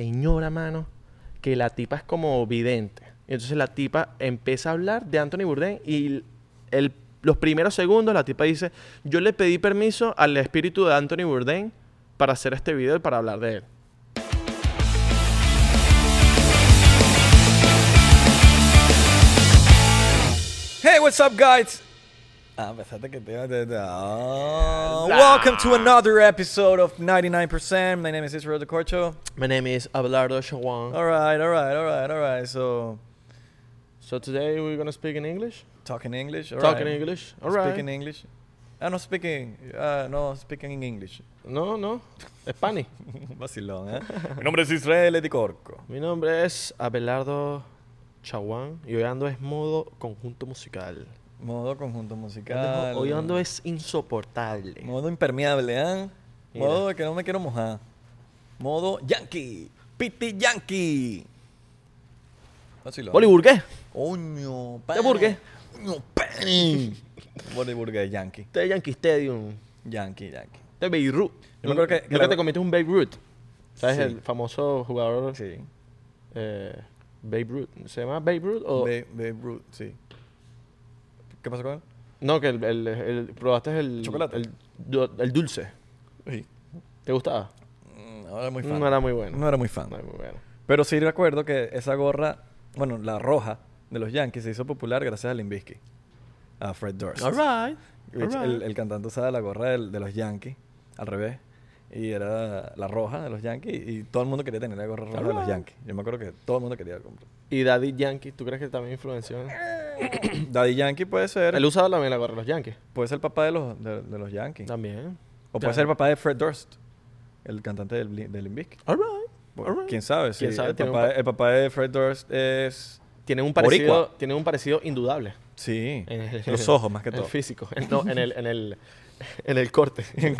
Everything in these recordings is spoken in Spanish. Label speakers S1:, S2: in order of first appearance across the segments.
S1: señora, mano, que la tipa es como vidente. Y entonces la tipa empieza a hablar de Anthony Bourdain y el- los primeros segundos la tipa dice, yo le pedí permiso al espíritu de Anthony Bourdain para hacer este video y para hablar de él.
S2: Hey, what's up, guys? Ah, pensaste que te iba a- te- te- ah. Welcome to another episode of 99%. My name is Israel DeCorcho.
S1: My name is Abelardo Shawan.
S2: All right, all right, all right, all right. So,
S1: So today we're gonna speak in English.
S2: talking English. all
S1: Talk in
S2: right.
S1: English. All right.
S2: Speaking English. Ah, no, speaking. Ah, no, speaking in English.
S1: No, no. Spanish.
S2: Vacilón, ¿eh? Mi nombre es Israel DeCorcho.
S1: Mi nombre es Abelardo Chaguán y hoy ando es modo conjunto musical.
S2: Modo conjunto musical.
S1: Ando- Hoy ando es insoportable.
S2: Modo impermeable, ¿eh?
S1: Mira.
S2: Modo de que no me quiero mojar. Modo yankee. Piti yankee. Vacilón.
S1: Boliburgués.
S2: Oño,
S1: ¿De burgués?
S2: Oño, pan. Boliburgués, yankee.
S1: De Yankee Stadium.
S2: Yankee, yankee.
S1: De Beirut.
S2: Yo me acuerdo que- que
S1: Creo
S2: la-
S1: te comiste un Babe Ruth. ¿Sabes?
S2: Sí.
S1: El famoso jugador
S2: Sí.
S1: eh, Babe Ruth. ¿Se llama Babe Ruth? O...
S2: Babe, Babe Ruth, sí. ¿Qué pasó con él?
S1: No, que el, el- el- probaste el...
S2: Chocolate.
S1: El, du- el dulce.
S2: Sí.
S1: ¿Te gustaba?
S2: Mm, No era muy fan.
S1: No era muy bueno.
S2: No era muy fan.
S1: No, muy bueno.
S2: Pero sí recuerdo que esa gorra, bueno, la roja de los Yankees se hizo popular gracias a Limbisky. A Fred Durst.
S1: right.
S2: Which el, el cantante usaba la gorra del- de los Yankees, al revés. Y era la roja de los Yankees. Y todo el mundo quería tener la gorra roja de los
S1: Alright.
S2: Yankees. Yo me acuerdo que todo el mundo quería comprar.
S1: Y Daddy Yankee, ¿tú crees que también influenció? en-
S2: Daddy Yankee puede ser.
S1: Él usaba también la gorra de los Yankees.
S2: Puede ser el papá de los, de, de los Yankees.
S1: También.
S2: O puede ser el papá de Fred Durst, el cantante del, Bli- del Limp Bizkit.
S1: All right.
S2: Por-
S1: all right.
S2: ¿Quién sabe? si
S1: ¿Quién sabe?
S2: El
S1: Tiene un
S2: papá,
S1: pa-
S2: el papá de Fred Durst es.
S1: Tiene un parecido,
S2: Boricua.
S1: tiene un parecido indudable.
S2: Sí.
S1: En el-
S2: los ojos, más que
S1: en
S2: todo.
S1: El físico. En- no, en el, en el, en el corte.
S2: El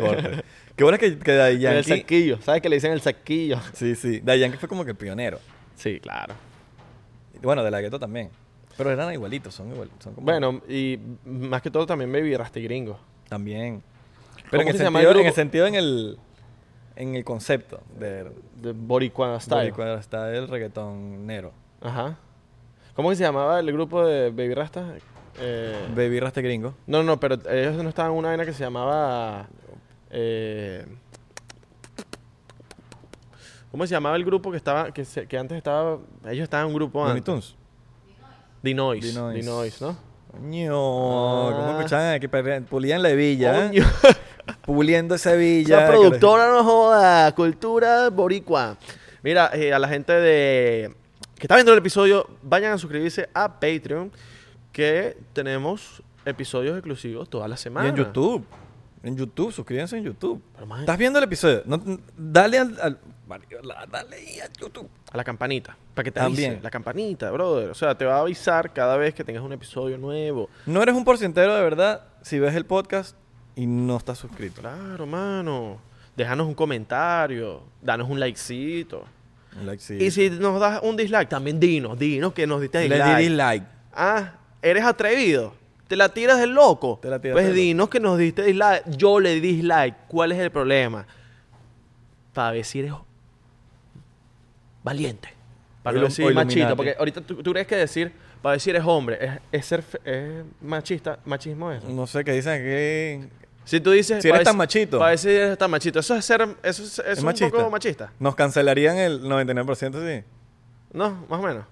S2: corte. Qué bueno que, que Daddy
S1: En el
S2: Yankee.
S1: saquillo. ¿Sabes que le dicen el saquillo?
S2: Sí, sí. Daddy Yankee fue como que el pionero.
S1: Sí, claro.
S2: Bueno, de la gueto también. Pero eran igualitos, son igualitos. Son como-
S1: Bueno, y más que todo también Baby Rasta y Gringo.
S2: También. Pero en
S1: ¿Cómo
S2: el,
S1: se llama el
S2: sentido, en
S1: grupo?
S2: el sentido, en el, en el concepto de
S1: De Boricua Style.
S2: cuando está el reggaetonero.
S1: Ajá. ¿Cómo que se llamaba el grupo de Baby Rasta? Eh,
S2: Baby Raste Gringo.
S1: no, no, pero ellos no estaban en una vaina que se llamaba... eh, ¿Cómo se llamaba el grupo que estaba que, se- que antes estaba... Ellos estaban en un grupo
S2: Looney
S1: antes.
S2: Tunes.
S1: The Noise.
S2: The Noise.
S1: The Noise, ¿no?
S2: Coño,
S1: Ah.
S2: ¿cómo escuchaban aquí? Perre- Pulían la villa. ¿eh?
S1: Coño.
S2: Puliendo esa villa.
S1: Esa
S2: que
S1: productora no joda. Cultura boricua. Mira, eh, a la gente de que está viendo el episodio, vayan a suscribirse a Patreon, que tenemos episodios exclusivos todas las
S2: les-
S1: semanas.
S2: Y en YouTube. En YouTube, suscríbanse en YouTube.
S1: Pero, man,
S2: ¿Estás viendo el episodio? No- dale al, al- Mariela, Dale ahí a YouTube.
S1: A la campanita. Para que te
S2: También.
S1: avise. La campanita, brother. O sea, te va a avisar cada vez que tengas un episodio nuevo.
S2: No eres un porcentero de verdad si ves el podcast y no estás suscrito.
S1: Claro, mano. Déjanos un comentario. Danos un likecito.
S2: Un like, sí.
S1: Y si nos das un dislike, también dinos, dinos que nos diste
S2: Le
S1: dislike.
S2: di dislike.
S1: Ah, eres atrevido. Te la tiras del loco.
S2: Te la tiras
S1: pues
S2: del loco.
S1: dinos que nos diste dislike. Yo le di dislike. ¿Cuál es el problema? Para ver si eres valiente. Para no
S2: O ilu- o
S1: decir
S2: iluminati.
S1: machista. Porque ahorita tú, tú crees que decir, para decir eres hombre, es, es ser fe- es machista, machismo es.
S2: No sé qué dicen aquí.
S1: Si tú dices.
S2: Mm. Si eres
S1: pa'
S2: tan
S1: dec-
S2: machito.
S1: pa' decir eres tan machito. Eso es ser. Eso es, eso es
S2: ¿Es
S1: un
S2: machista?
S1: poco machista.
S2: Nos cancelarían el 99%, sí.
S1: No, más o menos.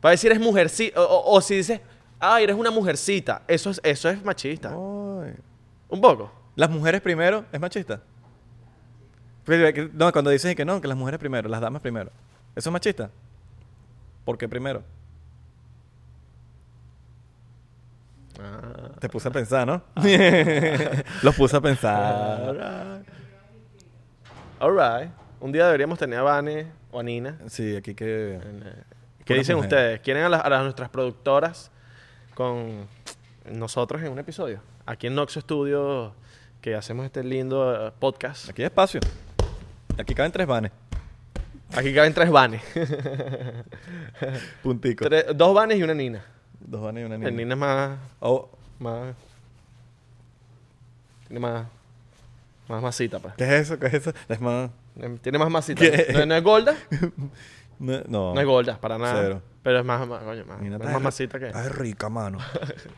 S1: Para decir eres mujercita. O, o- o si dices, ah, eres una mujercita. Eso es, eso es machista.
S2: Oh. Ay.
S1: Un poco.
S2: Las mujeres primero, ¿es machista? Pero eh, que- No, cuando dices que no, que las mujeres primero, las damas primero. ¿Eso es machista? ¿Por qué primero?
S1: Ah.
S2: Te puse a pensar, ¿no? Los puse a pensar.
S1: Alright. Un día deberíamos tener a Vane o a Nina.
S2: Sí, aquí que...
S1: en, eh, ¿Qué
S2: Puras
S1: dicen
S2: mujeres.
S1: ustedes? ¿Quieren a, las- a las- nuestras productoras con nosotros en un episodio? Aquí en Noxo Studio, que hacemos este lindo eh, podcast.
S2: Aquí hay espacio. Aquí caben tres vanes.
S1: Aquí caben tres vanes.
S2: Puntico.
S1: Tres- dos vanes y una Nina.
S2: Dos vanes y una
S1: La
S2: niña.
S1: Nina es más...
S2: Oh,
S1: más tiene más Más masita, pa.
S2: ¿Qué es eso? ¿Qué es eso? Es más.
S1: Eh, Tiene más masita.
S2: ¿Qué?
S1: No, no es gorda.
S2: No. no.
S1: No es gorda, para nada.
S2: Cero.
S1: Pero es más, más, coño, más,
S2: Mira,
S1: más
S2: estás-
S1: masita que...
S2: estás rica, mano.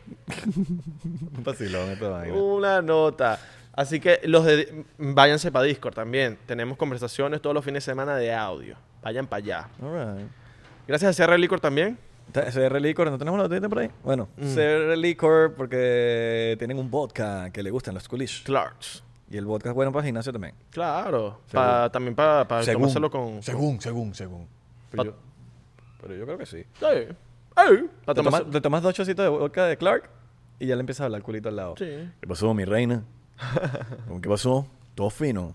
S2: Un vacilón esta vaina.
S1: Una nota. Así que los de, váyanse para Discord también. Tenemos conversaciones todos los fines de semana de audio. Vayan para allá.
S2: All right.
S1: Gracias a CR Licor también.
S2: Ta- CR Licor, ¿no tenemos la botellita por ahí? Bueno,
S1: Mm.
S2: CR Licor porque tienen un vodka que le gustan los coolish.
S1: Clarks.
S2: Y el vodka es bueno para gimnasio también.
S1: Claro. Pa- también para tomárselo con...
S2: según, según, según. Pero,
S1: Pa-
S2: yo, pero yo creo que sí.
S1: Sí. Ey, pa'
S2: Te tomas,
S1: tomarse-
S2: te tomas dos chocitos de vodka de Clark y ya le empiezas a hablar el culito al lado.
S1: Sí.
S2: ¿Qué pasó, mi reina? ¿Cómo ¿Qué pasó? Todo fino.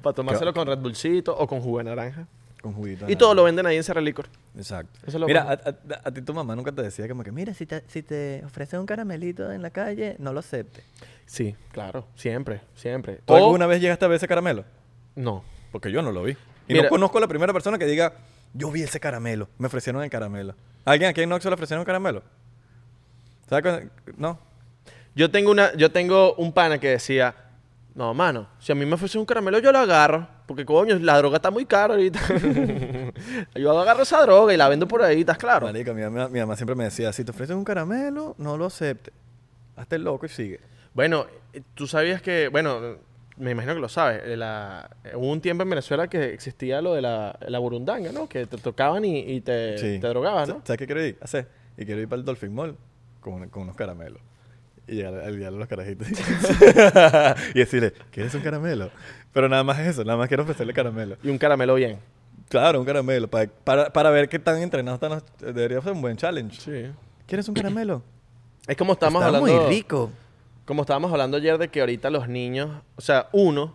S1: Para tomárselo con Red Bullcito o con jugo de naranja.
S2: Con juguito. de
S1: Y todo
S2: naranja.
S1: lo venden ahí en Serra Licor.
S2: Exacto.
S1: Eso es lo
S2: mira, a,
S1: bueno.
S2: a- a ti tu mamá nunca te decía como que, mira, si te, si te ofrecen un caramelito en la calle, no lo aceptes.
S1: Sí, claro. Siempre, siempre.
S2: ¿Tú
S1: O-
S2: alguna vez llegaste a ver ese caramelo?
S1: No.
S2: Porque yo no lo vi. Y
S1: Mira.
S2: no conozco a la primera persona que diga, yo vi ese caramelo, me ofrecieron el caramelo. ¿Alguien aquí en Oxxo le ofrecieron un caramelo? ¿Sabes? cuándo? No.
S1: Yo tengo una, yo tengo un pana que decía, no, mano, si a mí me ofrecen un caramelo, yo lo agarro. Porque, coño, la droga está muy cara ahorita. yo agarro esa droga y la vendo por ahí, ¿estás claro?
S2: Marica, mi mamá, mi mamá siempre me decía, si te ofrecen un caramelo, no lo aceptes. Hazte el loco y sigue.
S1: Bueno, eh, tú sabías que, bueno, me imagino que lo sabes, eh, la- eh, hubo un tiempo en Venezuela que existía lo de la, la burundanga, ¿no? Que te tocaban y, y te,
S2: Sí.
S1: te drogaban, ¿no?
S2: Sa- ¿Sabes qué quiero ir? Hacer. Y quiero ir para el Dolphin Mall con, un- con unos caramelos. Y llegar al diablo los carajitos. y decirle, ¿quieres un caramelo? Pero nada más eso, nada más quiero ofrecerle caramelo.
S1: Y un caramelo bien.
S2: Claro, un caramelo. pa- para, para ver qué tan entrenados están. los- Debería ser un buen challenge.
S1: Sí.
S2: ¿Quieres un caramelo?
S1: Es como estábamos
S2: Está
S1: hablando.
S2: muy rico.
S1: Como estábamos hablando ayer de que ahorita los niños, o sea, uno,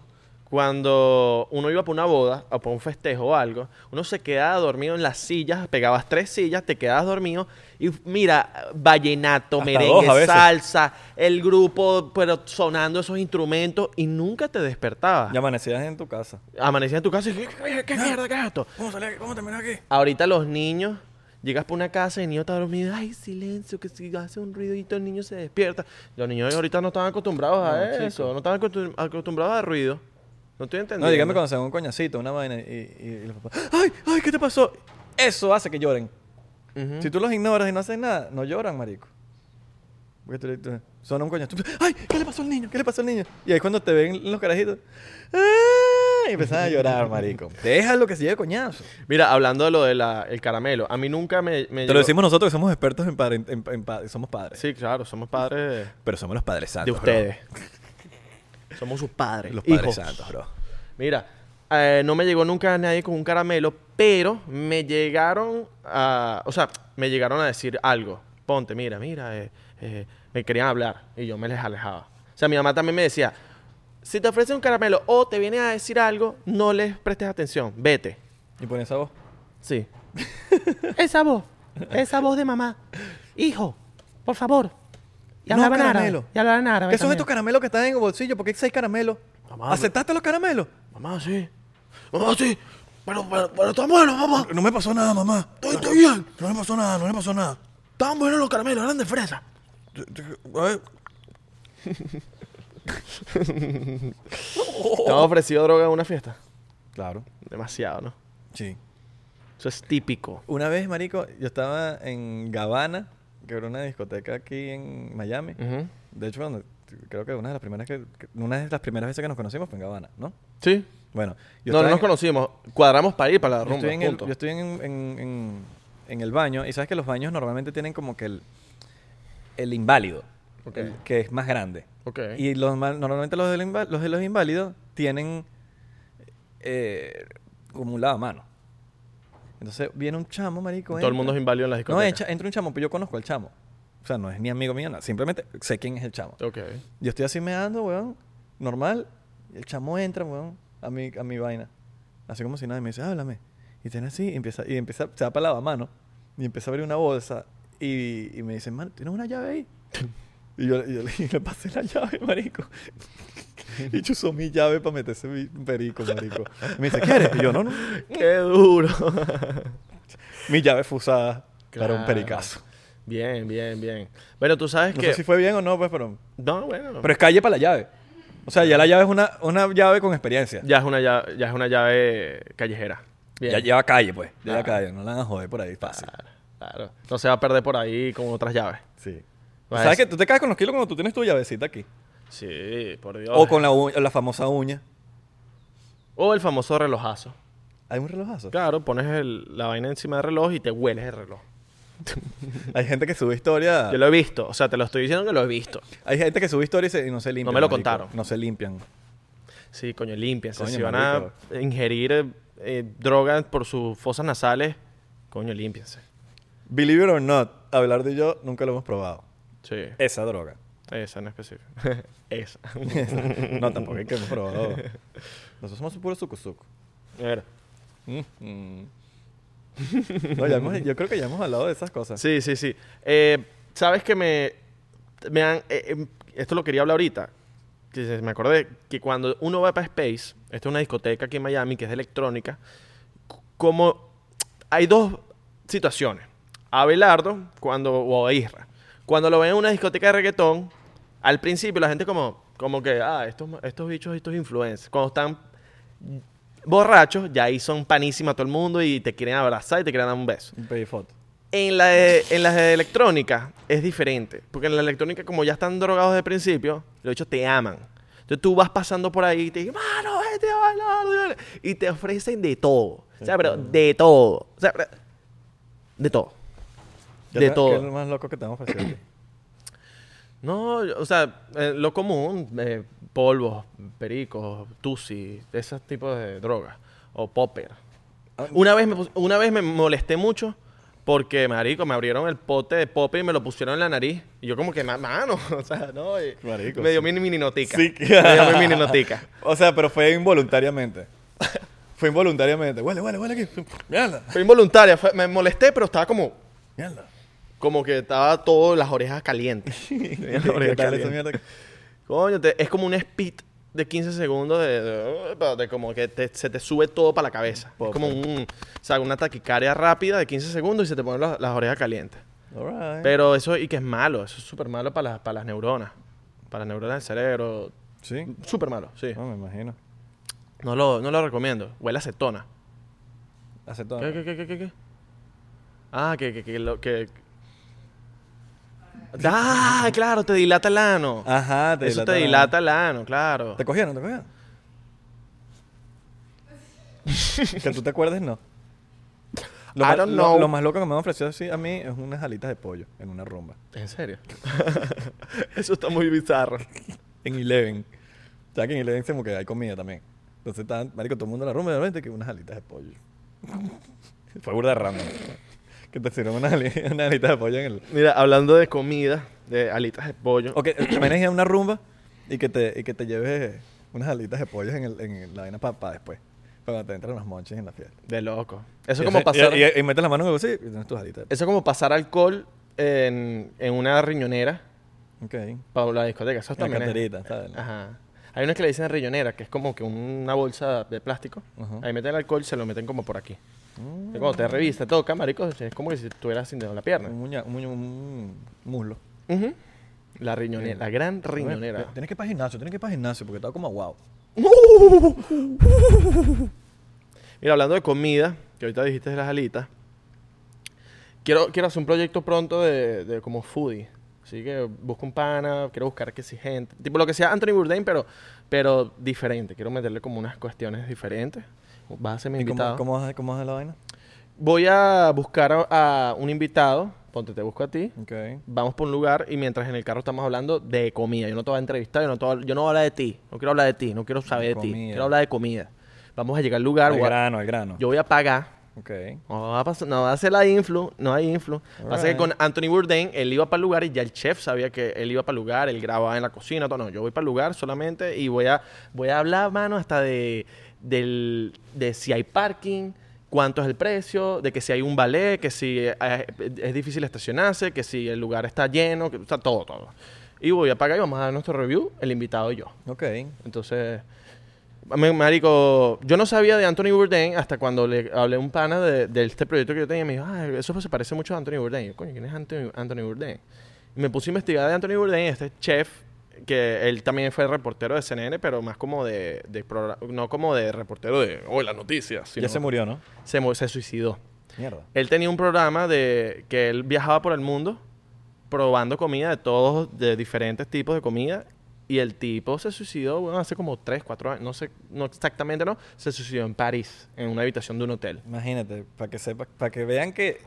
S1: cuando uno iba para una boda o para un festejo o algo, uno se quedaba dormido en las sillas, pegabas tres sillas, te quedabas dormido y mira, vallenato,
S2: Hasta dos a
S1: merengue,
S2: veces.
S1: salsa, el grupo, pero sonando esos instrumentos y nunca te despertabas.
S2: Y amanecías en tu casa.
S1: Amanecías en tu casa y ¿qué, qué- qué mierda qué es esto?
S2: Vamos a salir aquí, vamos a terminar aquí.
S1: Ahorita los niños, llegas por una casa y el niño está dormido, ay, silencio, que si hace un ruidito el niño se despierta. Los niños ahorita no están acostumbrados a
S2: No, chico.
S1: eso, no están acostum- acostumbrados a ruido. No estoy entendiendo.
S2: No, dígame cuando se dan un coñacito, una vaina. Y, y, y los papás, ¡ay, ay, qué te pasó! Eso hace que lloren.
S1: Ujú.
S2: Si tú los ignoras y no haces nada, no lloran, marico. Porque tú, le- tú- suena un coñazo. ¡Ay! ¿Qué le pasó al niño? ¿Qué le pasó al niño? Y ahí cuando te ven los carajitos. ¡ay! Y empiezan a llorar, marico. Déjalo que se lleve coñazo.
S1: Mira, hablando de lo del caramelo, a mí nunca me... me
S2: Te
S1: llegó-
S2: lo decimos nosotros que somos expertos en, padre- en- en pa- somos padres.
S1: Sí, claro, somos padres de,
S2: Pero somos los padres santos.
S1: de
S2: bro.
S1: ustedes. somos sus padres.
S2: Ah, Los padres
S1: hijos.
S2: santos, bro.
S1: Mira, eh, no me llegó nunca nadie con un caramelo, pero me llegaron a. O sea, me llegaron a decir algo. Ponte, mira, mira, eh, eh, me querían hablar y yo me les alejaba. O sea, mi mamá también me decía: si te ofrecen un caramelo o te vienen a decir algo, no les prestes atención, vete.
S2: Y pon esa voz.
S1: Sí. esa voz, esa voz de mamá. Hijo, por favor.
S2: y No, hablaban árabe, caramelo. y
S1: hablaban
S2: ¿Qué son estos caramelos que están en el bolsillo? ¿Por qué hay seis caramelos?
S1: Mamá,
S2: ¿Aceptaste los caramelos?
S1: Mamá, sí. Mamá, sí. Pero, pero, pero está bueno, mamá.
S2: No me pasó nada, mamá.
S1: Estoy, estoy bien.
S2: No me pasó nada, no me pasó nada.
S1: Estaban buenos los caramelos, eran de fresa. ¿Te han
S2: Oh.
S1: ofrecido droga en una fiesta?
S2: Claro,
S1: Demasiado, ¿no?
S2: sí.
S1: Eso es típico.
S2: Una vez, marico, yo estaba en Gavana, que era una discoteca aquí en Miami. De hecho, cuando- creo que una de las primeras que, que- una de las primeras veces que nos conocimos fue en Gavana, ¿no?
S1: Sí.
S2: Bueno, yo
S1: no,
S2: estaba
S1: no nos
S2: en-
S1: conocimos. Cuadramos para ir para la
S2: yo
S1: rumba.
S2: estoy en el,
S1: punto.
S2: yo estoy en- en- en- en el baño y sabes que los baños normalmente tienen como que el, el inválido,
S1: Ok.
S2: el que es más grande.
S1: Ok.
S2: Y los, ma- normalmente los, del inva- los de los inválidos tienen eh, como un lavamano. Entonces viene un chamo, marico.
S1: Todo el mundo es
S2: entra.
S1: inválido en las
S2: No,
S1: discotecas.
S2: entra, entra un chamo, pero yo conozco al chamo. O sea, no es ni amigo mío, nada. Simplemente sé quién es el chamo.
S1: Ok.
S2: Yo estoy así meando, weón, normal. y el chamo entra, weón, a mi, a mi vaina. Así como si nada, y me dice, háblame. Y tiene así, y empieza, y empieza, se da para la mano, y empieza a abrir una bolsa, y, y me dice, mano, ¿tienes una llave ahí? Y yo, y yo le- y le pasé la llave, marico. Y chuzó mi llave para meterse mi perico, marico. Y me dice, ¿quieres? Y yo, no, no.
S1: Qué duro.
S2: Mi llave fue usada para un
S1: Claro.
S2: pericazo.
S1: bien, bien, bien. Bueno, tú sabes
S2: No
S1: que.
S2: sé si fue bien o no, pues, pero...
S1: No, bueno.
S2: Pero es calle para la llave. O sea, ya la llave es una, una llave con experiencia.
S1: Ya es una llave, ya es una llave callejera. Bien. Ah.
S2: Ya lleva calle, pues. Ya lleva
S1: Claro.
S2: calle. No la van a joder por ahí fácil.
S1: Claro, claro. No se va a perder por ahí con otras llaves.
S2: Sí.
S1: Vas a
S2: ¿Sabes
S1: decir-
S2: que tú te caes con los kilos cuando tú tienes tu llavecita aquí?
S1: Sí, por Dios.
S2: O con la, u- la famosa uña.
S1: O el famoso relojazo.
S2: Hay un relojazo.
S1: Claro, pones el- la vaina encima del reloj y te hueles el reloj.
S2: Hay gente que sube historia.
S1: Yo lo he visto. O sea, te lo estoy diciendo que lo he visto.
S2: Hay gente que sube historia y, se- y no se limpian.
S1: me lo
S2: marico.
S1: contaron.
S2: No se limpian.
S1: Sí, coño, límpiense.
S2: Coño,
S1: si van a
S2: marico.
S1: ingerir eh, eh, drogas por sus fosas nasales, coño, límpiense.
S2: Believe it or not, hablar de yo nunca lo hemos probado.
S1: Sí.
S2: Esa droga.
S1: Esa en específico. Esa.
S2: no, tampoco hay que hemos probado. Nosotros somos puro sucuzuco.
S1: A ver.
S2: Mm. No, ya hemos- yo creo que ya hemos hablado de esas cosas.
S1: Sí, sí, sí. Eh, Sabes que me, me han. eh, em, esto lo quería hablar ahorita. Que se- me acordé que cuando uno va para Space, esta es una discoteca aquí en Miami que es de electrónica, c- como hay dos situaciones. A Abelardo cuando, o a Isra. Cuando lo ven en una discoteca de reggaetón, al principio la gente como, como que, ah, estos, estos bichos, estos influencers. Cuando están borrachos, ya ahí son panísimas todo el mundo y te quieren abrazar y te quieren dar un beso.
S2: Un Pedí foto.
S1: En, la de- en las de electrónica es diferente. Porque en la electrónica, como ya están drogados desde el principio, los hechos te aman. Entonces tú vas pasando por ahí y te dicen, mano, este va a bailar", Y te ofrecen de todo. O sea, pero de todo. O sea, pero- de todo.
S2: ¿Qué
S1: De
S2: es lo-
S1: todo.
S2: qué es lo más loco que te vamos a ofrecer?
S1: No, yo- o sea, eh, lo común, eh, polvos, pericos, tusi, esos tipos de drogas. O popper.
S2: Ah,
S1: Una vez, me pus- una vez me molesté mucho porque, marico, me abrieron el pote de popper y me lo pusieron en la nariz. Y yo como que, "Ma- mano, o sea, no. y
S2: Marico,
S1: me dio
S2: sí.
S1: mi mini notica.
S2: Sí.
S1: Me dio mi mini notica.
S2: O sea, pero fue involuntariamente. Fue involuntariamente. Huele, huele, huele aquí. Mierda,
S1: Fue involuntaria. fue- me molesté, pero estaba como,
S2: mierda.
S1: como que estaba todo las orejas calientes. Tenía las
S2: ¿Qué
S1: orejas
S2: tal esa
S1: calientes.
S2: mierda?
S1: Coño, te- es como un speed de 15 segundos de, de- de como que te- se te sube todo para la cabeza.
S2: Poco.
S1: Es como un, o sea, una taquicardia rápida de 15 segundos y se te ponen las, las orejas calientes.
S2: All right.
S1: Pero eso y que es malo, eso es súper malo para las, para las neuronas. Para las neuronas del cerebro.
S2: Sí,
S1: Súper malo, sí.
S2: no me imagino.
S1: No lo, no lo recomiendo. Huele a acetona.
S2: Aceptado.
S1: ¿Qué, qué, qué, qué, qué, qué? Ah, que, que, que, lo, que... Ah, claro, te dilata el ano.
S2: Ajá,
S1: Eso te
S2: dilataron.
S1: dilata el ano, claro.
S2: ¿Te cogieron? ¿Te cogieron? que tú te acuerdes, no. Lo,
S1: I
S2: más-
S1: don't
S2: lo-
S1: know.
S2: lo más loco que me han ofrecido así a mí es unas alitas de pollo en una rumba.
S1: ¿En serio? Eso está muy bizarro.
S2: En Eleven. O sea, que en Eleven como que hay comida también. Entonces, estaban, marico, todo el mundo en la rumba y de repente que unas alitas de pollo. Fue burda random. que te sirven unas, ali- unas alitas de pollo en el...
S1: Mira, hablando de comida, de alitas de pollo.
S2: O que te vienes a una rumba y que te, y que te lleves unas alitas de pollo en, el, en la vaina para después. Cuando te entran los monches en la fiesta.
S1: De loco. Eso
S2: Y
S1: es como
S2: ese-
S1: pasar,
S2: Y, y- y metes la mano en el bolsillo y tienes tus alitas.
S1: eso es como pasar alcohol en, en una riñonera
S2: Ok. En
S1: para la discoteca. Eso
S2: la
S1: también es-
S2: carterita, ¿sabes?
S1: Ajá. Hay unas que le dicen riñonera, que es como que una bolsa de plástico.
S2: Ujú.
S1: Ahí meten el alcohol y se lo meten como por aquí.
S2: Mm,
S1: Y cuando te revista, toca, marico, es como que si estuvieras sin dedo en la pierna.
S2: Un, muña- un muña- un muslo.
S1: Ujú. La riñonera, la gran riñonera.
S2: Tienes que ir para gimnasio, tienes que ir para gimnasio porque estaba como aguado.
S1: Mira, hablando de comida, que ahorita dijiste de las alitas, quiero, quiero hacer un proyecto pronto de, de como foodie. Así que busco un pana, quiero buscar que si gente, tipo lo que sea Anthony Bourdain, pero, pero diferente. Quiero meterle como unas cuestiones diferentes. Vas a ser mi
S2: ¿Y cómo,
S1: invitado.
S2: cómo, vas a- cómo vas a la vaina?
S1: Voy a buscar a, a un invitado, ponte, te busco a ti.
S2: Ok.
S1: Vamos por un lugar y mientras en el carro estamos hablando de comida. Yo no te voy a entrevistar, yo no, te voy a- yo no voy a hablar de ti. No quiero hablar de ti, no quiero saber de, ti.
S2: comida.
S1: Quiero hablar de comida. Vamos a llegar al lugar.
S2: el
S1: voy a-
S2: grano, el grano.
S1: yo voy a pagar.
S2: Ok.
S1: No va a, pasar- no va a hacer la influ, no hay influ. Pasa que
S2: Alright.
S1: con Anthony Bourdain, él iba para el lugar y ya el chef sabía que él iba para el lugar, él grababa en la cocina, todo. No, yo voy para el lugar solamente y voy a, voy a hablar, mano, hasta de, del, de si hay parking, cuánto es el precio, de que si hay un ballet, que si eh, es difícil estacionarse, que si el lugar está lleno, que, o sea, todo, todo. Y voy a pagar y vamos a dar nuestro review, el invitado y yo.
S2: Ok.
S1: Entonces, me- marico, yo no sabía de Anthony Bourdain hasta cuando le hablé a un pana de, de este proyecto que yo tenía. Y me dijo, ah, eso pues se parece mucho a Anthony Bourdain. Y yo, coño, ¿quién es Anthony, Anthony Bourdain? Y me puse a investigar de Anthony Bourdain, este chef que él también fue reportero de CNN, pero más como de, de progra- no como de reportero de hoy las noticias, sino
S2: ya se murió, ¿no?
S1: se mu- se suicidó.
S2: Mierda.
S1: Él tenía un programa de que él viajaba por el mundo probando comida de todos, de diferentes tipos de comida. Y el tipo se suicidó, bueno, hace como 3, 4 años, no sé, no exactamente, ¿no? Se suicidó en París, en una habitación de un hotel.
S2: Imagínate, para que sepa, para que vean que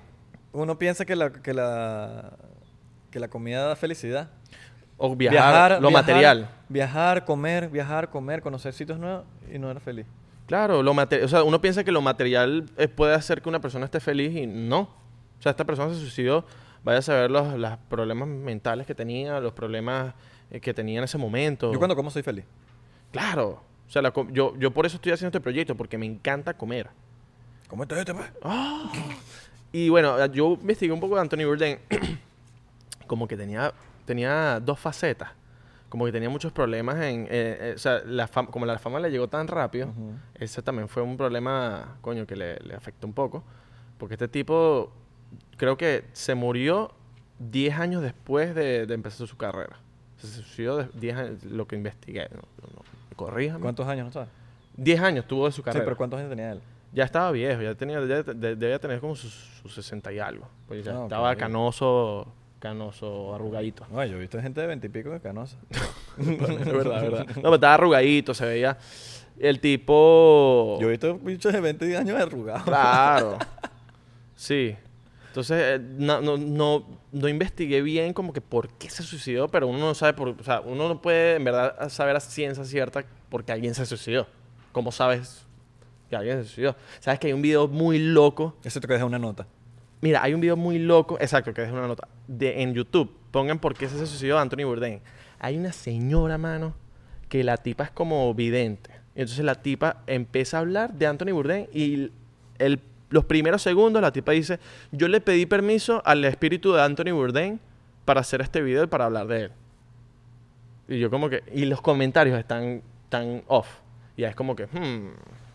S2: uno piensa que la, que la, que la comida da felicidad.
S1: O viajar, lo
S2: viajar,
S1: material.
S2: Viajar, comer, viajar, comer, conocer sitios nuevos y no era feliz.
S1: Claro, lo material. O sea, uno piensa que lo material eh, puede hacer que una persona esté feliz y no. O sea, esta persona se suicidó, vaya a saber los, los problemas mentales que tenía, los problemas eh, que tenía en ese momento.
S2: Yo cuando como soy feliz.
S1: Claro. O sea, la com- yo, yo por eso estoy haciendo este proyecto, porque me encanta comer.
S2: ¿Cómo estás este,
S1: Y bueno, yo investigué un poco de Anthony Bourdain. como que tenía, tenía dos facetas. Como que tenía muchos problemas en... eh, eh, o sea, la fam- como la fama le llegó tan rápido,
S2: Ujú.
S1: ese también fue un problema, coño, que le, le afectó un poco. Porque este tipo creo que se murió 10 años después de, de empezar su carrera. Se suicidó de- 10 años, lo que investigué. No, no, corríjame.
S2: ¿Cuántos años, no sabes?
S1: 10 años tuvo de su
S2: Sí,
S1: carrera.
S2: pero ¿cuántos años tenía él?
S1: Ya estaba viejo, ya tenía, ya te- de- debía tener como sus sus 60 y algo. Pues ya
S2: Ah, ok.
S1: estaba canoso, canoso, arrugadito.
S2: No, yo he visto gente de veintipico de canosa.
S1: es verdad, es verdad. No, pero estaba arrugadito, se veía. El tipo.
S2: Yo he visto bichos de 20 años arrugados.
S1: Claro. Sí. Entonces, eh, no, no, no, no investigué bien como que por qué se suicidó, pero uno no sabe por... O sea, uno no puede en verdad saber a ciencia cierta por qué alguien se suicidó. ¿Cómo sabes que alguien se suicidó? Sabes que hay un video muy loco
S2: Eso te deja una nota.
S1: Mira, hay un video muy loco, exacto, que es una nota, de, en YouTube. Pongan por qué se suicidó Anthony Bourdain. Hay una señora, mano, que la tipa es como vidente. Y entonces la tipa empieza a hablar de Anthony Bourdain y el- los primeros segundos la tipa dice, yo le pedí permiso al espíritu de Anthony Bourdain para hacer este video y para hablar de él. Y yo como que, y los comentarios están tan off. Y es como que, hmm,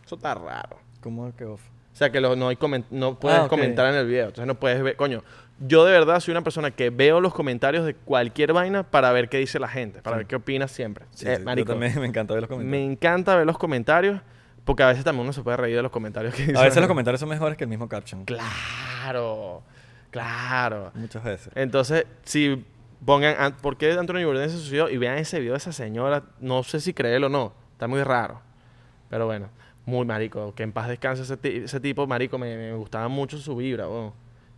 S1: eso está raro.
S2: ¿Cómo que off?
S1: O sea, que lo- no, hay comen- no puedes
S2: Ah, ok.
S1: comentar en el video. Entonces no puedes ver. Coño, yo de verdad soy una persona que veo los comentarios de cualquier vaina para ver qué dice la gente, para
S2: Sí.
S1: ver qué opina siempre.
S2: Sí,
S1: Eh,
S2: sí,
S1: marico,
S2: yo también me encanta ver los
S1: me
S2: comentarios.
S1: encanta ver los comentarios porque a veces también uno se puede reír de los comentarios que dice.
S2: A veces los comentarios son mejores que el mismo caption.
S1: Claro, claro.
S2: Muchas veces.
S1: Entonces, si pongan an- por qué Anthony Bourdain se suicidó y vean ese video de esa señora, no sé si creerlo o no, está muy raro. Pero bueno, muy marico, que en paz descanse ese, ti- ese tipo, marico, me, me gustaba mucho su vibra, weón.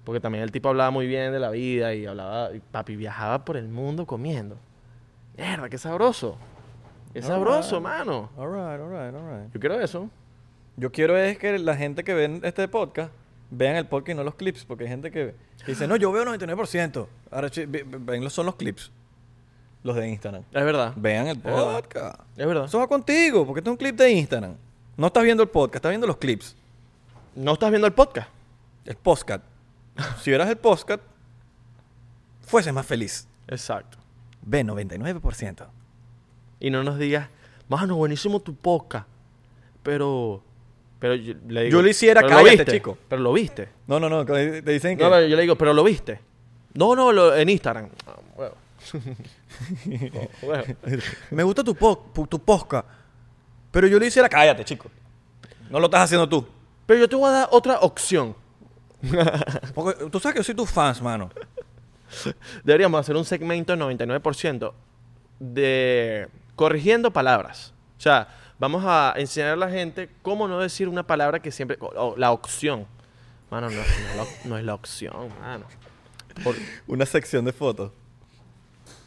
S1: porque también el tipo hablaba muy bien de la vida y hablaba, y papi viajaba por el mundo comiendo. Mierda, qué sabroso. Qué
S2: Alright.
S1: sabroso, mano.
S2: Alright, alright, alright.
S1: Yo quiero eso.
S2: Yo quiero es que la gente que ven este podcast vean el podcast y no los clips, porque hay gente que dice, no, yo veo 99%. Ahora chi- ve- ve- ven, los- son los clips, los de Instagram.
S1: Es verdad.
S2: Vean el
S1: verdad.
S2: podcast.
S1: Es verdad.
S2: Eso va contigo, porque este es un clip de Instagram. No estás viendo el podcast, estás viendo los clips.
S1: No estás viendo el podcast.
S2: El podcast. Si vieras el podcast, fueses más feliz.
S1: Exacto.
S2: Ve 99%.
S1: y no nos digas, mano, buenísimo tu podcast. Pero, pero yo le digo,
S2: Yo lo hiciera,
S1: "¿Pero
S2: cállate,
S1: viste?
S2: chico".
S1: Pero lo viste.
S2: No, no, no, que te dicen que...
S1: No, pero yo le digo, pero lo viste. No, no, lo- en Instagram. Ah, huevo. Oh, huevo.
S2: Me gusta tu, po pu- tu posca. Pero yo le hiciera. Cállate, chico. No lo estás haciendo tú.
S1: Pero yo te voy a dar otra opción.
S2: Porque tú sabes que yo soy tu fans, mano.
S1: Deberíamos hacer un segmento del 99% de corrigiendo palabras. O sea, vamos a enseñar a la gente cómo no decir una palabra que siempre... o la opción. Mano, no, no es la- no es la opción, mano. Por-
S2: Una sección de fotos.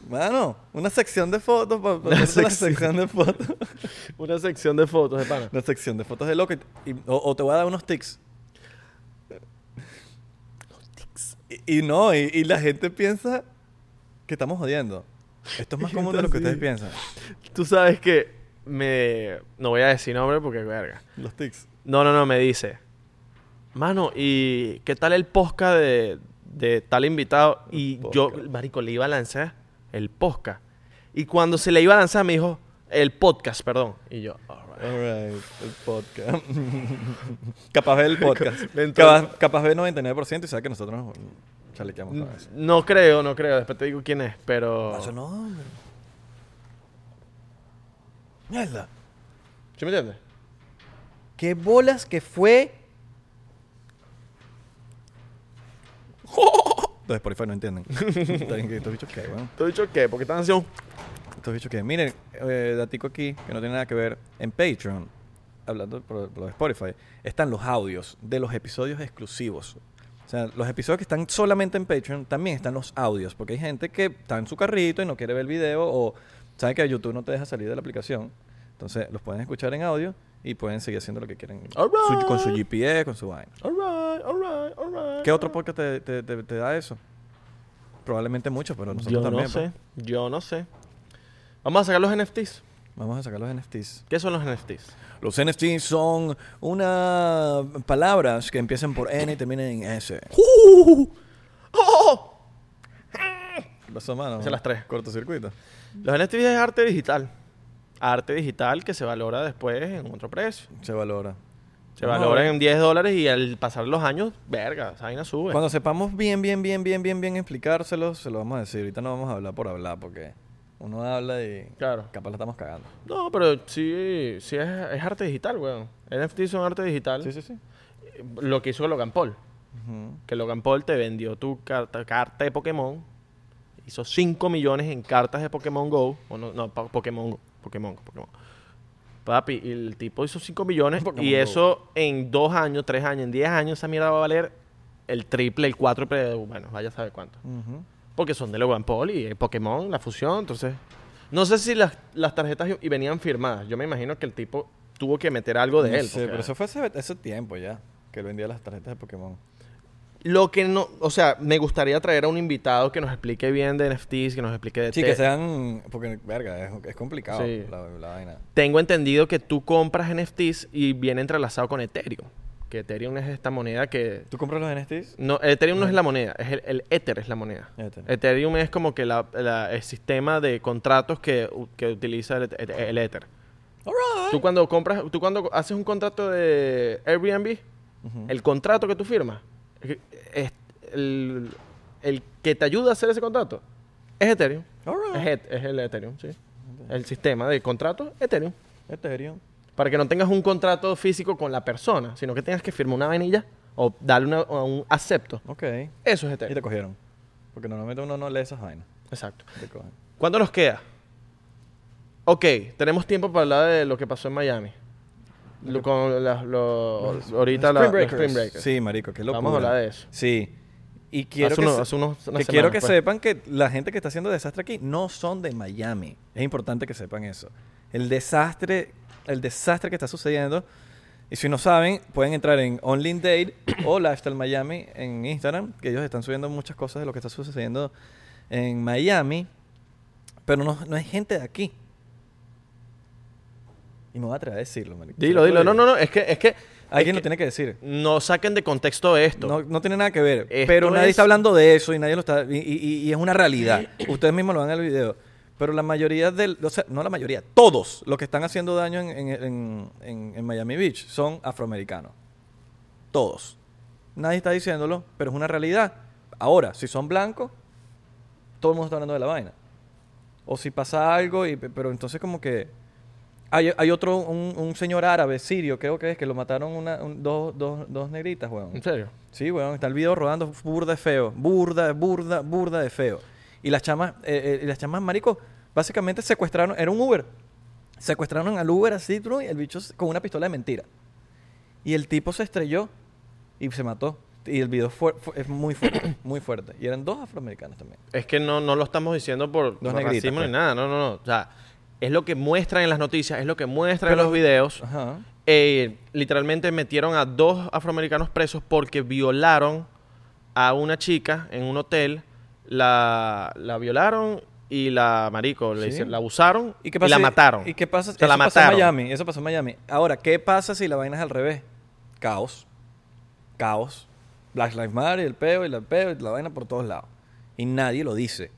S2: Mano, una sección de fotos. pa- pa-
S1: Una
S2: hacer Una
S1: sección.
S2: sección de fotos.
S1: una sección de fotos de pana.
S2: Una sección de fotos de loco. y- y- o, o te voy a dar unos tics. Y, y no, y, y la gente piensa que estamos jodiendo. Esto es más común de lo que ustedes
S1: Sí.
S2: piensan.
S1: Tú sabes que me. No voy a decir nombre porque verga.
S2: Los tics.
S1: No, no, no, me dice. Mano, ¿y qué tal el posca de, de tal invitado? Y
S2: El
S1: yo,
S2: podcast.
S1: marico, le iba a lanzar el posca. Y cuando se le iba a lanzar, me dijo, el podcast, perdón. Y yo, "Ah, alright.
S2: Alright, el podcast. capaz ve el podcast.
S1: Me entró-
S2: capaz, capaz ve 99% y sabe que nosotros nos chalequeamos con eso.
S1: Mm. Ah, No creo, no creo. Después te digo quién es, pero.
S2: no, hombre. Mierda.
S1: ¿Sí me entiendes?
S2: Qué bolas que fue. Los de Spotify no entienden. Está bien que estos bichos qué, weón.
S1: ¿Te he dicho qué? Porque están haciendo...
S2: Estos bichos qué. Miren, eh, datico aquí, que no tiene nada que ver. En Patreon, hablando por, por lo de Spotify, están los audios de los episodios exclusivos. O sea, los episodios que están solamente en Patreon también están los audios. Porque hay gente que está en su carrito y no quiere ver el video o sabe que YouTube no te deja salir de la aplicación. Entonces, los pueden escuchar en audio y pueden seguir haciendo lo que quieren.
S1: Alright.
S2: Su- con su GPS, con su vaina.
S1: Alright, alright, alright.
S2: ¿Qué otro podcast te, te- te- te da eso? Probablemente muchos, pero nosotros
S1: Yo
S2: también.
S1: no sé.
S2: pues.
S1: Yo no sé. Vamos a sacar los NFTs.
S2: Vamos a sacar los NFTs.
S1: ¿Qué son los NFTs?
S2: Los NFTs son unas palabras que empiezan por N y terminan en S. ¡Uh! ¡Oh! Las manos.
S1: Esas las tres.
S2: Cortocircuito.
S1: Los NFTs es arte digital. Arte digital que se valora después en otro precio.
S2: Se valora.
S1: Se
S2: Vamos a
S1: valora
S2: ver.
S1: en 10 dólares y al pasar los años, verga, esa vaina sube.
S2: Cuando sepamos bien, bien, bien, bien, bien, bien explicárselos, se lo vamos a decir. Ahorita no vamos a hablar por hablar porque uno habla y
S1: Claro.
S2: capaz la estamos cagando.
S1: No, pero sí, sí es, es arte digital, weón. NFTs son arte digital.
S2: Sí, sí, sí.
S1: Lo que hizo Logan Paul. Que Logan Paul te vendió tu carta, carta de Pokémon. Hizo 5 millones en cartas de Pokémon Go. O no, no, po- Pokémon Go. Pokémon Go, Pokémon Go. Papi, y el tipo hizo 5 millones.
S2: Pokémon
S1: y
S2: Go.
S1: eso en 2 años, 3 años, en 10 años, esa mierda va a valer el triple, el cuádruple. Bueno, vaya a saber cuánto.
S2: Ujú.
S1: Porque son de Logan Paul y eh, Pokémon, la fusión, entonces... No sé si las, las tarjetas y- y venían firmadas. Yo me imagino que el tipo tuvo que meter algo de
S2: No
S1: él.
S2: sé,
S1: porque-
S2: pero eso fue hace, hace tiempo ya, que él vendía las tarjetas de Pokémon.
S1: Lo que no... O sea, me gustaría traer a un invitado que nos explique bien de NFTs, que nos explique de...
S2: Sí,
S1: te-
S2: que sean... Porque, verga, es, es complicado
S1: Este Sí.
S2: la, la vaina.
S1: Tengo entendido que tú compras NFTs y viene entrelazado con Ethereum. Que Ethereum es esta moneda que...
S2: ¿Tú compras los NFTs?
S1: No, Ethereum no es la moneda, es el, el Ether es la moneda.
S2: Ether.
S1: Ethereum es como que la- la- el sistema de contratos que, que utiliza el- el- el Ether. Tú cuando compras, tú cuando haces un contrato de Airbnb,
S2: Ujú.
S1: el contrato que tú firmas, es- es- el, el que te ayuda a hacer ese contrato, es Ethereum.
S2: Alright.
S1: Es, et- es el Ethereum, sí. El sistema de contrato, Ethereum.
S2: Ethereum.
S1: Para que no tengas un contrato físico con la persona, sino que tengas que firmar una vainilla o darle una- o un acepto.
S2: Ok.
S1: Eso es
S2: Y te
S1: Ethereum.
S2: cogieron. Porque normalmente uno no lee esas vainas.
S1: Exacto.
S2: Te cogen.
S1: ¿Cuánto nos queda? Ok, tenemos tiempo para hablar de lo que pasó en Miami. Lo- con las- lo- ahorita la, los Spring Breakers.
S2: Sí, marico, qué locura.
S1: Vamos a hablar de eso.
S2: Sí. Y quiero
S1: Hace
S2: que,
S1: uno-
S2: se-
S1: hace unos- unas
S2: que quiero
S1: semanas,
S2: que
S1: pues.
S2: sepan que la gente que está haciendo desastre aquí no son de Miami. Es importante que sepan eso. El desastre, el desastre que está sucediendo. Y si no saben, pueden entrar en Online Date o Lifestyle Miami en Instagram, que ellos están subiendo muchas cosas de lo que está sucediendo en Miami. Pero no, no es gente de aquí. Y me voy a atrever a decirlo, marico.
S1: Dilo, dilo. No, no, no. Es que, es que es
S2: Alguien lo
S1: que
S2: tiene que decir.
S1: no saquen de contexto esto.
S2: No, no tiene nada que ver.
S1: Esto
S2: pero nadie
S1: es-
S2: está hablando de eso y nadie lo está. Y, y- y es una realidad. Ustedes mismos lo ven en el video. Pero la mayoría del. O sea, no la mayoría, todos los que están haciendo daño en, en- en- en- en Miami Beach son afroamericanos. Todos. Nadie está diciéndolo, pero es una realidad. Ahora, si son blancos, todo el mundo está hablando de la vaina. O si pasa algo, y, pero entonces como que... Hay, hay otro, un, un señor árabe, sirio, creo que es, que lo mataron una, un- dos, dos, dos negritas, weón.
S1: En serio.
S2: Sí, weón, está el video rodando burda de feo. Burda, burda, burda de feo. Y las chamas, eh, eh, y las chamas, marico, básicamente secuestraron, era un Uber. Secuestraron al Uber así, tru, y el bicho s- con una pistola de mentira. Y el tipo se estrelló y se mató. Y el video fue, fue- es muy fuerte, muy fuerte. Y eran dos afroamericanos también.
S1: Es que no, no lo estamos diciendo por, por
S2: negritas,
S1: racismo
S2: pues.
S1: ni nada. No, no, no. O sea, es lo que muestran en las noticias, es lo que muestran
S2: Pero-
S1: en los videos.
S2: Ajá.
S1: Eh, literalmente metieron a dos afroamericanos presos porque violaron a una chica en un hotel. La, la violaron y la marico, le
S2: Sí.
S1: hicieron- la abusaron
S2: ¿Y qué pasa?
S1: la
S2: si-
S1: mataron.
S2: ¿Y qué pasa?
S1: O sea, la
S2: eso pasó en
S1: mataron.
S2: Miami. Eso pasó en Miami. Ahora, ¿qué pasa si la vaina es al revés? Caos. Caos. Black Lives Matter, el peo, y el peo, y la vaina por todos lados. Y nadie lo dice.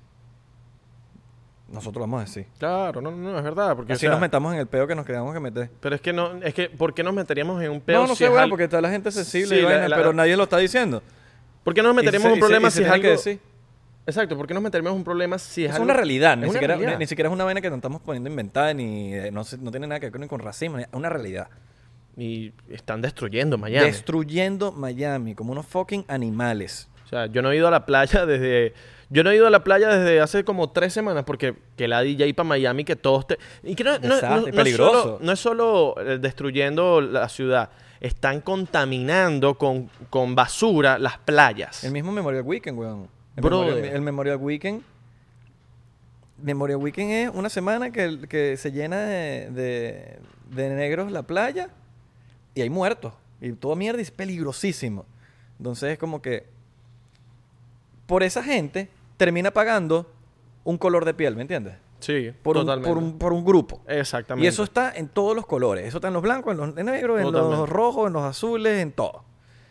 S2: Nosotros lo vamos a decir.
S1: Claro, no, no, no, es verdad. Porque, o
S2: Así
S1: sea,
S2: nos metamos en el peo que nos quedamos que meter.
S1: Pero es que no, es que, ¿por qué nos meteríamos en un pedo?
S2: no, no
S1: si
S2: sé,
S1: es
S2: bueno,
S1: al-
S2: porque está la gente sensible,
S1: Sí,
S2: y
S1: la-
S2: vaina,
S1: la-
S2: pero nadie lo está diciendo.
S1: ¿Por qué nos meteríamos
S2: Y
S1: en
S2: se-
S1: un
S2: y se-
S1: problema
S2: y se
S1: si es
S2: tiene
S1: algo?
S2: que decir.
S1: Exacto, ¿por qué nos meteremos en un problema si es,
S2: Es
S1: algo-
S2: una realidad,
S1: es
S2: ni
S1: una
S2: siquiera,
S1: realidad.
S2: ni siquiera es una vaina que nos estamos poniendo inventada, ni eh, no, se- no tiene nada que ver con, con racismo, ni- es una realidad.
S1: Y están destruyendo Miami.
S2: Destruyendo Miami como unos fucking animales.
S1: o sea, yo no he ido a la playa desde... Yo no he ido a la playa desde hace como tres semanas porque que la DJ para Miami que todos te... Y que no, no- no-
S2: Desastre,
S1: no es
S2: peligroso.
S1: solo- no es solo eh, destruyendo la ciudad, están contaminando con, con basura las playas.
S2: El mismo Memorial Weekend, weón. El,
S1: Brother.
S2: Memorial, el Memorial Weekend. Memorial Weekend es una semana que, que se llena de, de- de negros la playa y hay muertos. Y toda mierda y es peligrosísimo. Entonces es como que por esa gente termina pagando un color de piel, ¿me entiendes?
S1: Sí,
S2: Por, un,
S1: totalmente.
S2: por, un, por un grupo.
S1: Exactamente.
S2: Y eso está en todos los colores. Eso está en los blancos, en los negros, en los
S1: Totalmente.
S2: rojos, en los azules, en todo.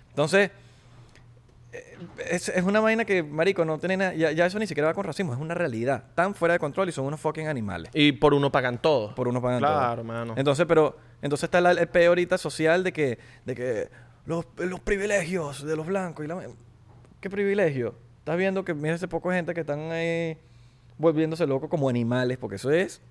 S2: Entonces, eh, es, es una vaina que, marico, no tiene nada. Ya, ya eso ni siquiera va con racismo. Es una realidad. Tan fuera de control y son unos fucking animales.
S1: Y por uno pagan todo.
S2: Por unos pagan
S1: Claro,
S2: todo.
S1: hermano.
S2: Entonces, pero. Entonces está la- el peor ahorita social de que. De que los, los privilegios de los blancos. Y la, ¿Qué privilegio? Estás viendo que mira ese poco de gente que están ahí volviéndose locos como animales, porque eso es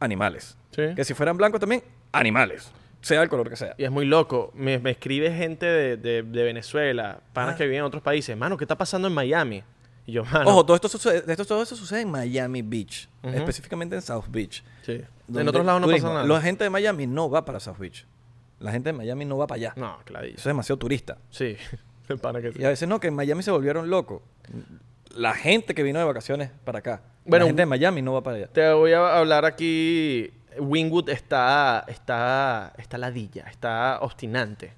S2: animales.
S1: Sí.
S2: Que si fueran blancos también, animales. Sea el color que sea.
S1: Y es muy loco. Me, me escribe gente de, de- de Venezuela, panas
S2: Ah.
S1: que viven en otros países. Mano, ¿qué está pasando en Miami? Y yo, mano.
S2: Ojo, todo esto, sucede, esto- todo eso sucede en Miami Beach.
S1: Ah, Ujú.
S2: Específicamente en South Beach.
S1: sí. En
S2: donde
S1: otros lados no
S2: turismo.
S1: pasa nada.
S2: La gente de Miami no va para South Beach. La gente de Miami no va para allá.
S1: No, claro.
S2: Eso es demasiado turista.
S1: Sí. De pana que sí.
S2: Y a veces no, que en Miami se volvieron locos. La gente que vino de vacaciones para acá.
S1: Bueno,
S2: la gente de Miami no va para allá.
S1: Te voy a hablar aquí. Wingwood está, está, está ladilla, está obstinante.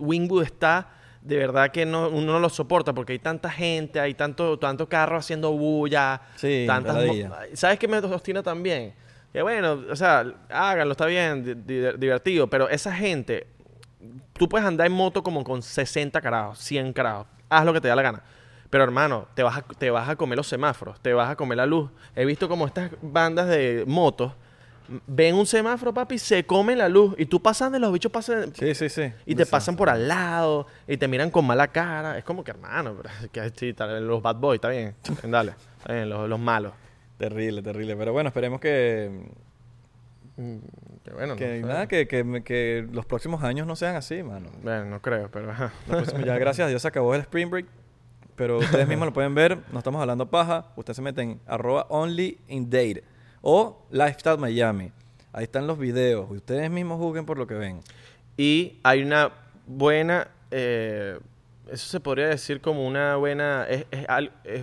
S1: Wingwood está, de verdad que no, uno no lo soporta porque hay tanta gente, hay tanto, tanto carro haciendo bulla.
S2: Sí,
S1: tantas mo-
S2: ladilla.
S1: ¿Sabes qué me obstina también? Que bueno, o sea, háganlo, está bien, di- di- divertido, pero esa gente, tú puedes andar en moto como con 60 carajos, 100 carajos, haz lo que te da la gana. Pero hermano, te vas, a, te vas a comer los semáforos, te vas a comer la luz. He visto como estas bandas de motos m- ven un semáforo, papi, se comen la luz y tú pasas de los bichos pasan
S2: Sí, sí, sí.
S1: y te pasan por al lado y te miran con mala cara. Es como que hermano, pero es que sí, está- los bad boys, está bien, dale, está bien, los, los malos.
S2: Terrible, terrible. Pero bueno, esperemos que,
S1: Mm, Que bueno,
S2: que,
S1: no, sé.
S2: nada, que, que- que los próximos años no sean así, mano.
S1: Bueno, no creo, pero ajá.
S2: Los próximos- Pues, ya gracias a Dios se acabó el Spring Break. Pero ustedes mismos lo pueden ver. No estamos hablando paja. Ustedes se meten arroba only in date o Lifestyle Miami. Ahí están los videos. Ustedes mismos juzguen por lo que ven.
S1: Y hay una buena, eh, eso se podría decir como una buena, es, es al- es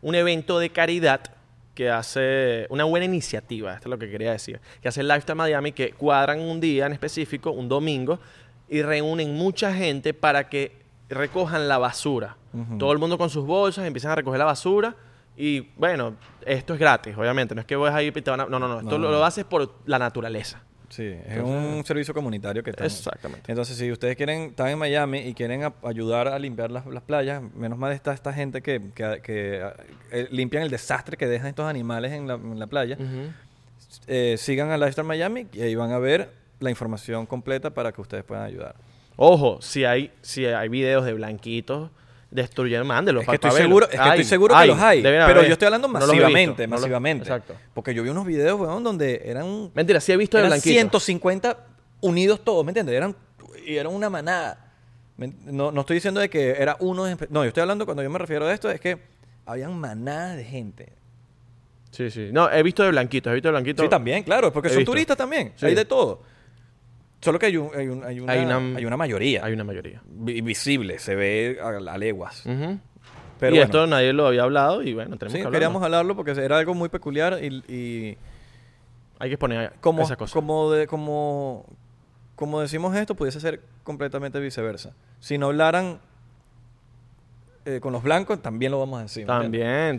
S1: un evento de caridad que hace, una buena iniciativa, esto es lo que quería decir, que hace Lifetime Miami, que cuadran un día en específico, un domingo, y reúnen mucha gente para que recojan la basura.
S2: Ujú.
S1: Todo el mundo con sus bolsas, empiezan a recoger la basura. Y bueno, esto es gratis, obviamente. No es que vayas ahí y te van a... No, no, no. Esto
S2: No.
S1: Lo, lo haces por la naturaleza.
S2: Sí, es un servicio comunitario que está.
S1: Exactamente.
S2: Entonces, si ustedes quieren, están en Miami y quieren a- ayudar a limpiar las, las playas, menos mal está esta gente que, que- que, eh, limpian el desastre que dejan estos animales en la, en la playa.
S1: Ujú.
S2: Eh, sigan a Lifestyle Miami y ahí van a ver la información completa para que ustedes puedan ayudar.
S1: Ojo, si hay, si hay videos de blanquitos destruyendo, mándelos.
S2: Es
S1: pa-
S2: que estoy
S1: pa' verlos.
S2: seguro, es que
S1: Hay,
S2: estoy seguro que los hay.
S1: deben
S2: Pero
S1: haber.
S2: yo estoy hablando
S1: No los he visto,
S2: masivamente,
S1: no los-
S2: masivamente.
S1: exacto.
S2: Porque yo vi unos videos, weón, donde eran,
S1: Mentira, sí he visto de
S2: eran
S1: blanquitos.
S2: 150 unidos todos, ¿me entiendes? Eran, y eran una manada. Me- No, no estoy diciendo de que era uno... en espe- No, yo estoy hablando, cuando yo me refiero a esto, es que habían manadas de gente.
S1: Sí, sí. No, he visto de blanquitos, he visto de blanquitos.
S2: Sí, también, claro, porque
S1: He
S2: son
S1: visto.
S2: turistas también.
S1: Sí.
S2: Hay de todo. Solo que hay, un- hay, un- hay una,
S1: Hay una-
S2: hay una mayoría.
S1: Hay una mayoría.
S2: vi- visible, se ve a, a leguas.
S1: Ujú.
S2: Pero
S1: y
S2: bueno.
S1: esto nadie lo había hablado y bueno, tenemos
S2: Sí,
S1: que hablarlo.
S2: queríamos hablarlo porque era algo muy peculiar y, y
S1: Hay que exponer
S2: como,
S1: esas cosas.
S2: como, de- como, como decimos esto, pudiese ser completamente viceversa. Si no hablaran eh, con los blancos, también lo vamos a decir. ¿me entiendes?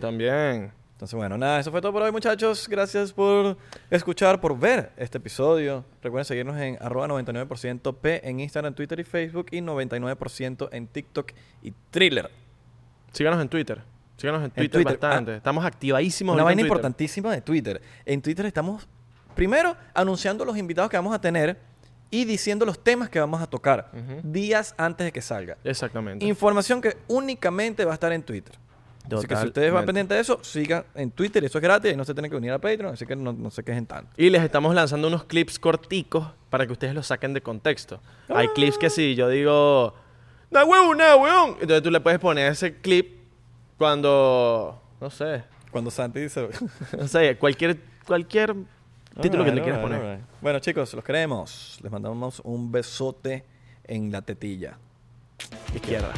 S1: También, también.
S2: Entonces, bueno, nada, eso fue todo por hoy, muchachos. Gracias por escuchar, por ver este episodio. Recuerden seguirnos en arroba 99% P en Instagram, Twitter y Facebook y 99% en TikTok y Thriller.
S1: Síganos en Twitter. Síganos en Twitter,
S2: Twitter,
S1: bastante.
S2: ah.
S1: Estamos activadísimos.
S2: Una
S1: ahorita en
S2: vaina
S1: Twitter.
S2: importantísima de Twitter. En Twitter estamos, primero, anunciando los invitados que vamos a tener y diciendo los temas que vamos a tocar
S1: Ujú.
S2: días antes de que salga.
S1: Exactamente.
S2: Información que únicamente va a estar en Twitter. Así que si ustedes van
S1: Totalmente.
S2: pendientes de eso, sigan en Twitter, eso es gratis, y no se tienen que unir a Patreon, así que no, no se quejen tanto.
S1: Y les estamos lanzando unos clips corticos para que ustedes los saquen de contexto. Hay
S2: Ah.
S1: clips que si yo digo, ¡Da huevo, no, huevón! Entonces tú le puedes poner ese clip cuando, no sé,
S2: Cuando Santi dice...
S1: no sé, cualquier, cualquier título que
S2: Alright,
S1: le quieras
S2: alright,
S1: poner.
S2: alright. Ah, Bueno, chicos, los queremos. Les mandamos un besote en la tetilla.
S1: Izquierda.